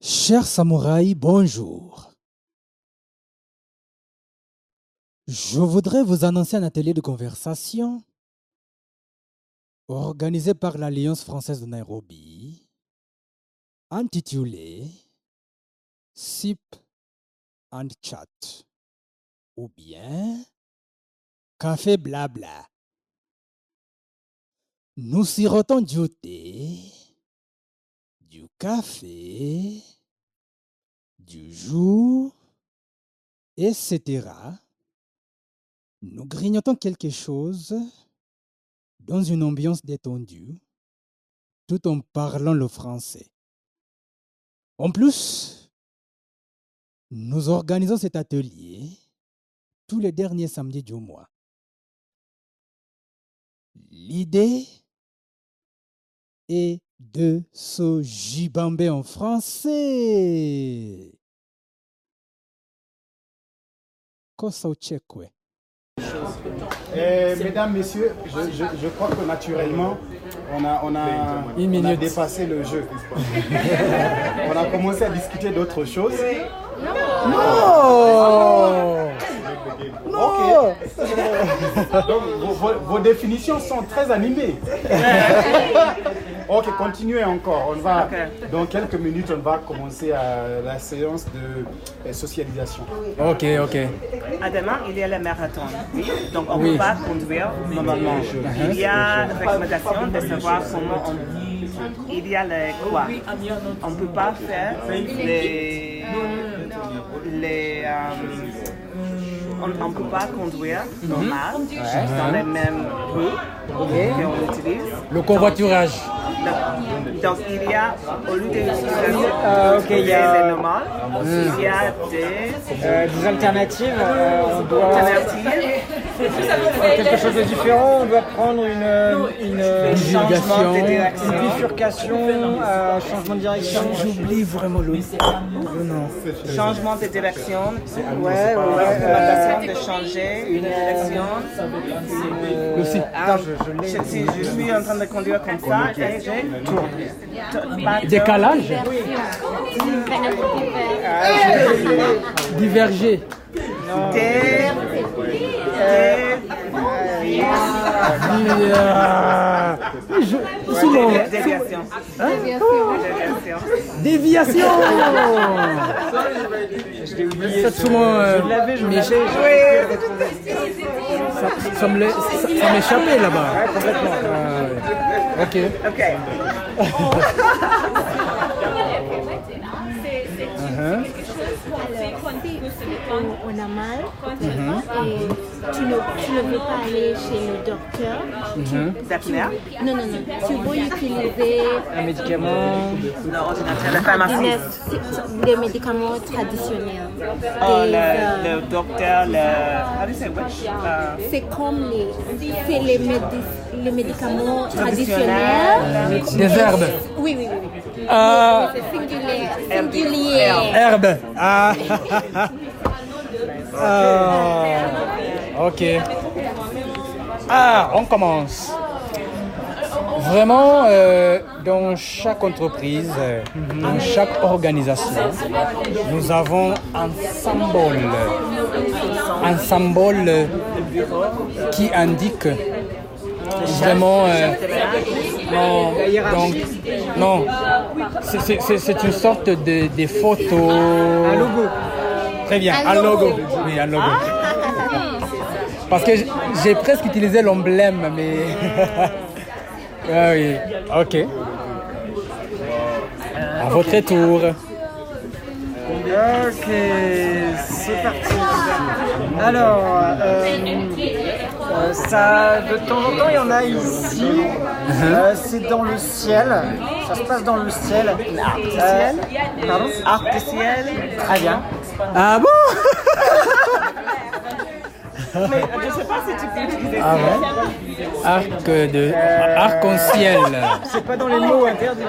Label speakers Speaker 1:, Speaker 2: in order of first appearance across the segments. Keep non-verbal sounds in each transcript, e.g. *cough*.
Speaker 1: Cher samouraï, bonjour. Je voudrais vous annoncer un atelier de conversation organisé par l'Alliance française de Nairobi, intitulé SIP and Chat ou bien Café Blabla. Nous sirotons du thé, du café, du jour, etc. Nous grignotons quelque chose dans une ambiance détendue tout en parlant le français. En plus, nous organisons cet atelier tous les derniers samedis du mois. L'idée est de se gibamber en français. Kosa uchekwe.
Speaker 2: Eh, mesdames, messieurs, je, je, je crois que naturellement, on a, on a,
Speaker 1: Une
Speaker 2: on a
Speaker 1: minute.
Speaker 2: dépassé le
Speaker 3: *laughs*
Speaker 2: jeu. on a commencé à discuter d'autres choses. Non *laughs* Donc, vos, vos- vos définitions sont très
Speaker 3: *laughs*
Speaker 2: animées. ok, continuez encore. On va, Dans quelques minutes, on va commencer à la séance de euh, socialisation.
Speaker 1: Ok, ok.
Speaker 3: À demain, il y a le marathon. Oui. Donc, on ne
Speaker 1: Oui.
Speaker 3: peut pas conduire.
Speaker 2: Normalement, je-
Speaker 3: Il y a une recommandation de savoir comment on. Il y a le quoi On ne peut pas faire les. euh, les euh, on ne peut pas conduire normal dans les mêmes rues qu'on utilise.
Speaker 1: Le convoiturage.
Speaker 3: Donc, donc, il y a, au lieu de utiliser
Speaker 4: Ah, ok, il y a-
Speaker 3: les normales, il y a des
Speaker 4: Euh, des alternatives, euh, on doit
Speaker 3: eh, alternatives.
Speaker 4: quelque chose de différent, on doit prendre une, euh, une, euh,
Speaker 1: Divulgation.
Speaker 4: changement de direction, une bifurcation, euh, changement de direction. J'oublie vraiment le nom.
Speaker 3: Changement de direction,
Speaker 4: Ouais, ouais, euh,
Speaker 3: recommandation de changer une direction.
Speaker 4: Attends, je, je l'ai.
Speaker 3: Je suis, je suis en train de conduire comme ça et je tourne. To- pas-
Speaker 1: Décalage. Diverger.
Speaker 3: Des- des-
Speaker 1: Ah, je- souvent,
Speaker 3: des- Déviation.
Speaker 1: Déviation.
Speaker 3: Déviation.
Speaker 1: Ça, souvent, euh, mais ça, ça me l'a- ça- ça m'échappait là-bas. Ah, ouais. Ok.
Speaker 3: Ok.
Speaker 5: C'est c'est- c'est quelque chose où on- on a mal et tu ne, tu ne veux pas aller chez le docteur.
Speaker 3: D'apnée.
Speaker 5: Non, non, non. Tu veux utiliser
Speaker 4: Un médicament.
Speaker 3: Non, la pharmacie.
Speaker 5: des, des médicaments traditionnels.
Speaker 3: Oh,
Speaker 5: Des,
Speaker 3: le,
Speaker 5: euh,
Speaker 3: le docteur, le. How do you say which? Uh,
Speaker 5: c'est comme les, c'est les, médi- les médicaments
Speaker 3: Traditionnels. Euh,
Speaker 5: traditionnels.
Speaker 1: Des herbes.
Speaker 5: Oui, oui, oui. oui.
Speaker 1: Ah,
Speaker 5: C'est singulier. Singulier.
Speaker 1: herbe. Ah. *laughs* Ah. Ok. Ah, on commence. Vraiment, euh, dans chaque entreprise, euh, dans chaque organisation, nous avons un symbole, un symbole euh, qui indique vraiment euh, non, donc, non, c'est- c'est c'est- c'est une sorte de, de photo. Un logo. Très bien, un,
Speaker 5: Un
Speaker 1: logo.
Speaker 5: logo.
Speaker 1: Oui, un logo. Parce que j- j'ai presque utilisé l'emblème, mais. *laughs* ah oui, ok. À votre tour.
Speaker 4: Ok, c'est parti. Alors, euh, euh, ça, de temps en temps, il y en a ici. Euh, c'est dans le ciel. Ça se passe dans le ciel. Euh, pardon
Speaker 3: arc-ciel.
Speaker 4: Très bien.
Speaker 1: Ah bon
Speaker 3: Mais je ne sais pas si tu peux utiliser
Speaker 6: Ah
Speaker 3: ça.
Speaker 1: Arc de. Arc-en-ciel.
Speaker 4: C'est pas dans les mots interdits.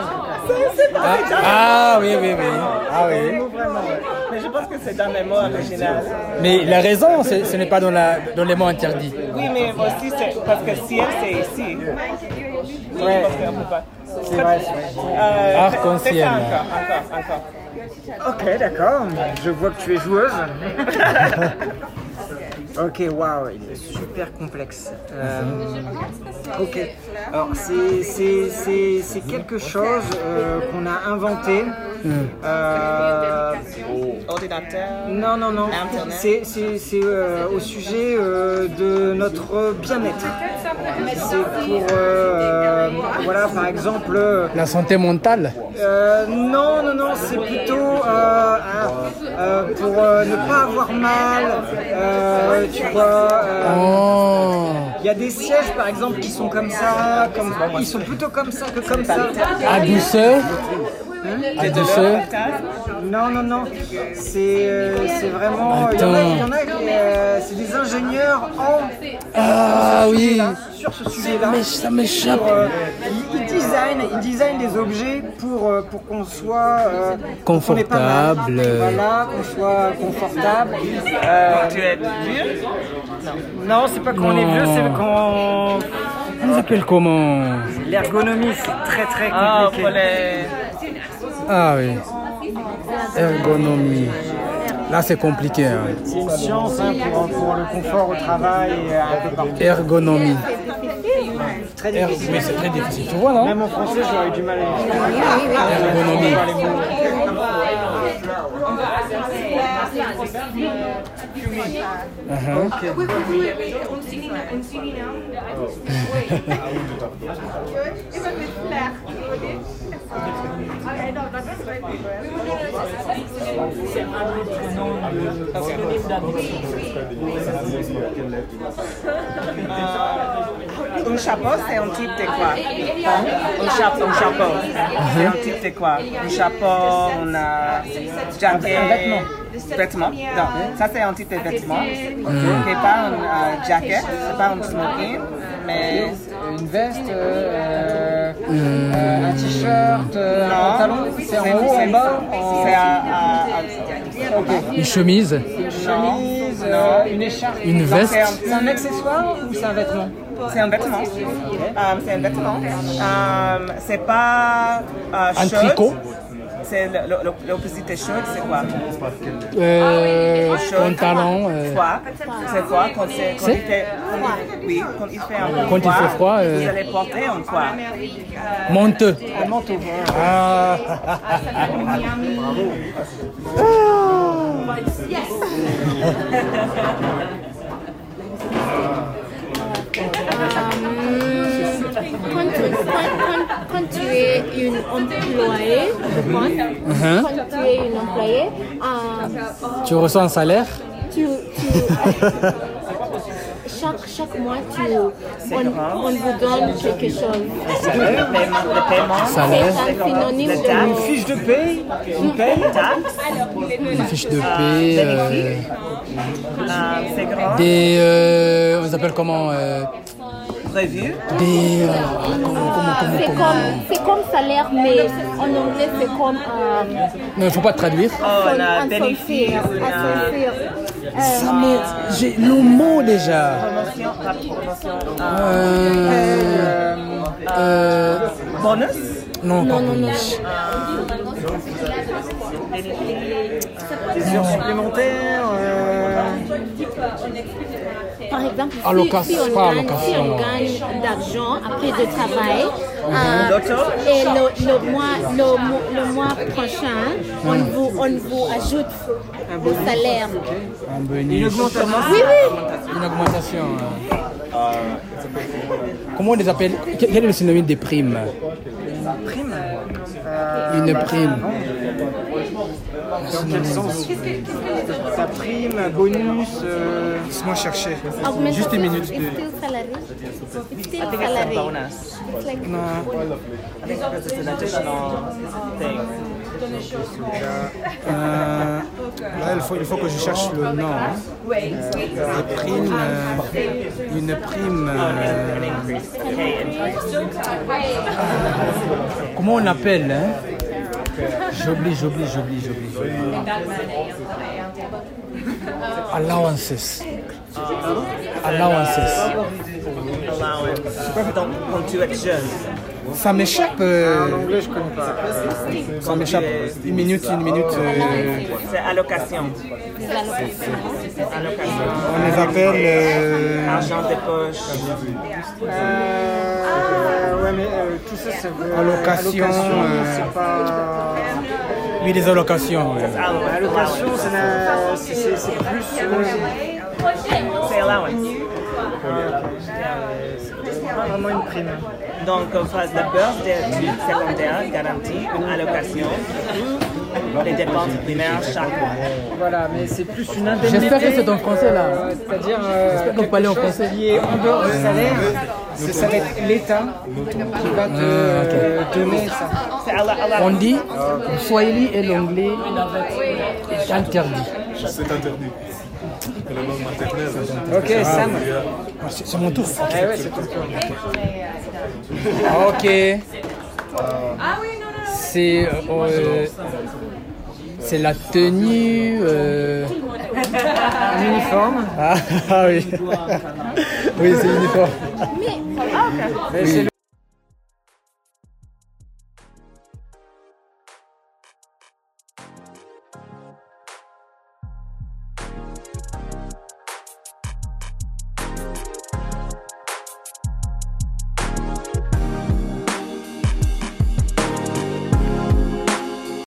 Speaker 1: Ah, ah oui, oui, oui. Ah
Speaker 4: Dans les
Speaker 1: oui.
Speaker 4: mots vraiment. ouais.
Speaker 6: Ah mais je pense que c'est dans les mots original.
Speaker 1: Mais la raison, c'est- ce n'est pas dans, la, dans les mots interdits.
Speaker 6: Oui, mais aussi, c'est parce que si elle, c'est ici. Oui, parce qu'on peut pas.
Speaker 3: C'est vrai, c'est vrai.
Speaker 6: Euh,
Speaker 1: Arc-en-ciel.
Speaker 6: fais ça Encore, encore, encore.
Speaker 3: Ok, d'accord. Je vois que tu es
Speaker 6: *laughs*
Speaker 3: joueuse. ok, waouh, il est super complexe. Euh, ok. Alors, c'est- c'est- c'est c'est quelque chose euh, qu'on a inventé. euh,
Speaker 6: Ordinateur.
Speaker 3: non, non, non.
Speaker 6: Internet.
Speaker 3: C'est c'est- c'est, euh, au sujet euh, de notre bien-être. C'est pour, euh, voilà, par exemple. euh,
Speaker 1: La santé mentale.
Speaker 3: euh, non, non, non, c'est plutôt euh, ah, euh, pour euh, ne pas avoir mal, euh, tu vois. euh,
Speaker 1: Oh.
Speaker 3: Il y a des sièges par exemple qui sont comme ça, comme, ils sont plutôt comme ça que comme ça.
Speaker 1: À Ah, douceur. À douceur.
Speaker 3: Non, non, non, c'est euh, c'est vraiment. Il y en a, il y en a, euh, c'est des ingénieurs en
Speaker 1: Ah oui.
Speaker 3: sur ce sujet-là.
Speaker 1: Mais ça m'échappe.
Speaker 3: Pour, euh, ils, ils designent, ils designent des objets pour, euh, pour qu'on soit euh, qu'on soit pas mal.
Speaker 1: Confortable. euh.
Speaker 3: Voilà, qu'on soit confortable. Euh,
Speaker 6: Tu es vieux
Speaker 3: non, c'est pas quand on est vieux, c'est quand
Speaker 1: On s'appelle comment
Speaker 3: l'ergonomie c'est très très
Speaker 6: Ah, pour
Speaker 3: compliqué.
Speaker 6: les.
Speaker 1: Ah oui. Ergonomie. Là, c'est compliqué. hein.
Speaker 3: C'est une science hein, pour, pour le confort au travail et euh, un peu partout.
Speaker 1: Ergonomie.
Speaker 3: Très
Speaker 1: Er-
Speaker 3: difficile.
Speaker 1: Mais c'est très difficile. Tu vois, non
Speaker 3: Même en français, j'aurais eu du mal à l'expliquer.
Speaker 1: Ergonomie. Uh-huh.
Speaker 6: Un chapeau, c'est un type de quoi Hein? Un chapeau, un chapeau. C'est un type de quoi Un chapeau, on a jacket.
Speaker 3: Un vêtement.
Speaker 6: Vêtement. Non, ça c'est un type de vêtement. C'est pas un euh, jacket, c'est pas un smoking, mais Mm.
Speaker 3: Une veste, euh, euh, un t-shirt, euh, un pantalon, c'est en haut, en bas, en-
Speaker 6: C'est à.
Speaker 1: Une chemise.
Speaker 3: chemise, euh, une écharpe.
Speaker 1: Une
Speaker 3: Non,
Speaker 1: veste.
Speaker 3: c'est un- C'est un accessoire ou c'est un vêtement
Speaker 6: C'est un vêtement. Euh, c'est un vêtement. Euh, c'est pas euh,
Speaker 1: Un
Speaker 6: shirt.
Speaker 1: tricot.
Speaker 6: C'est le- le- le- l'opposé de shirt, c'est quoi
Speaker 3: Ah,
Speaker 1: Euh,
Speaker 6: Shirt.
Speaker 1: pantalon. euh,
Speaker 6: Froid. C'est froid quand, c'est- quand
Speaker 1: C'est
Speaker 6: il fait oui, quand il fait un peu
Speaker 1: Quand il fait froid, euh,
Speaker 6: Vous allez porter un quoi
Speaker 1: Monteux.
Speaker 3: Un manteau.
Speaker 1: Ah.
Speaker 5: Quand tu, quand- quand- quand tu es une employée, je pense,
Speaker 1: Mhm.
Speaker 5: quand tu es une employée, euh,
Speaker 1: Tu reçois un salaire
Speaker 5: tu, tu- chaque, chaque mois, tu, on, on vous donne quelque chose.
Speaker 6: Le paiement, le paiement.
Speaker 5: C'est
Speaker 1: Salaire
Speaker 5: un synonyme
Speaker 6: Le taxe.
Speaker 5: de...
Speaker 3: Fiche de paye, une paye.
Speaker 6: Taxe,
Speaker 1: Une fiche de
Speaker 3: Ah,
Speaker 1: paie, euh,
Speaker 6: euh, c'est grand.
Speaker 1: des. euh, on s'appelle comment euh,
Speaker 6: Prévu.
Speaker 1: Des. euh, comment, comment, comment,
Speaker 5: C'est
Speaker 1: comment
Speaker 5: comme, c'est comme salaire, mais en anglais, c'est comme euh,
Speaker 1: Non, il faut pas traduire.
Speaker 3: Ah.
Speaker 6: Oh,
Speaker 5: un,
Speaker 6: la
Speaker 5: un
Speaker 6: bénéfice. euh,
Speaker 5: solfège,
Speaker 6: on
Speaker 5: un
Speaker 6: a-
Speaker 5: solfège.
Speaker 1: Ça, mais j'ai le mot déjà.
Speaker 6: Promotion, pas promotion.
Speaker 1: Euh, euh,
Speaker 6: euh, bonus.
Speaker 1: non, pas bonus.
Speaker 3: Des heures supplémentaires. euh,
Speaker 5: Par exemple, si-
Speaker 1: Allocation,
Speaker 5: si, on
Speaker 1: Ah, pas
Speaker 5: gagne,
Speaker 1: allocation.
Speaker 5: si on gagne d'argent après de travail, euh,
Speaker 6: L'auto
Speaker 5: et le, le mois, le, mo- le mois prochain,
Speaker 1: Hmm.
Speaker 5: on vous, on vous ajoute le salaire.
Speaker 1: Un bonus.
Speaker 5: Oui, oui.
Speaker 1: Une augmentation. euh. Comment on les appelle Quel quel est le synonyme des primes Une prime.
Speaker 3: Dans quel sens Ta prime, bonus. euh,
Speaker 1: Laisse-moi chercher.
Speaker 5: Augmentation,
Speaker 1: Juste une minute.
Speaker 5: It's still salary. It's still
Speaker 6: I think it's a
Speaker 5: salary.
Speaker 6: bonus.
Speaker 5: It's like
Speaker 6: I think it's an additional thing.
Speaker 1: Euh, là, il faut, il faut que je cherche le nom. hein. Euh, des primes, euh, une prime. euh, comment on appelle hein J'oublie, j'oublie, j'oublie, j'oublie. j'oublie.
Speaker 4: Allowances.
Speaker 1: euh,
Speaker 4: Allowances.
Speaker 3: Allowance. Donc, quand tu es jeune,
Speaker 4: Ça m'échappe. euh,
Speaker 6: En anglais, je connais pas.
Speaker 4: ça m'échappe. Une minute, une minute. euh,
Speaker 3: c'est allocation. Allocation.
Speaker 4: on les appelle. euh,
Speaker 3: Argent de poche.
Speaker 6: Euh, ouais, mais euh, tout ça, c'est vrai.
Speaker 4: Allocation, euh,
Speaker 6: c'est pas.
Speaker 4: oui, des allocations. ouais.
Speaker 6: Allocation, c'est la- c'est- c'est c'est plus. euh,
Speaker 3: C'est allowance.
Speaker 6: pas vraiment une prime.
Speaker 3: Donc, on passe la bourse d'études secondaires garantie une allocation pour les dépenses primaires chaque mois.
Speaker 6: Voilà, mais c'est plus une indemnité.
Speaker 7: J'espère que c'est en français, là.
Speaker 6: euh, C'est-à-dire. euh,
Speaker 7: qu'on
Speaker 6: quelque
Speaker 7: parlait en
Speaker 6: chose
Speaker 7: français.
Speaker 6: Qui est en dehors du salaire, c'est- ça va être l'État qui va te euh, donner ça.
Speaker 3: C'est alla- alla-
Speaker 7: On dit, le Swahili et l'anglais est interdit.
Speaker 8: C'est interdit. C'est la langue maternelle.
Speaker 6: Ok, Sam.
Speaker 4: Ah, C'est c'est mon tour.
Speaker 6: Eh ouais, c'est ton tour.
Speaker 4: Ah, Ok. C'est euh, c'est la tenue. euh,
Speaker 6: Uniforme.
Speaker 4: *laughs* Ah, ah oui. oui, c'est uniforme.
Speaker 6: Mais c'est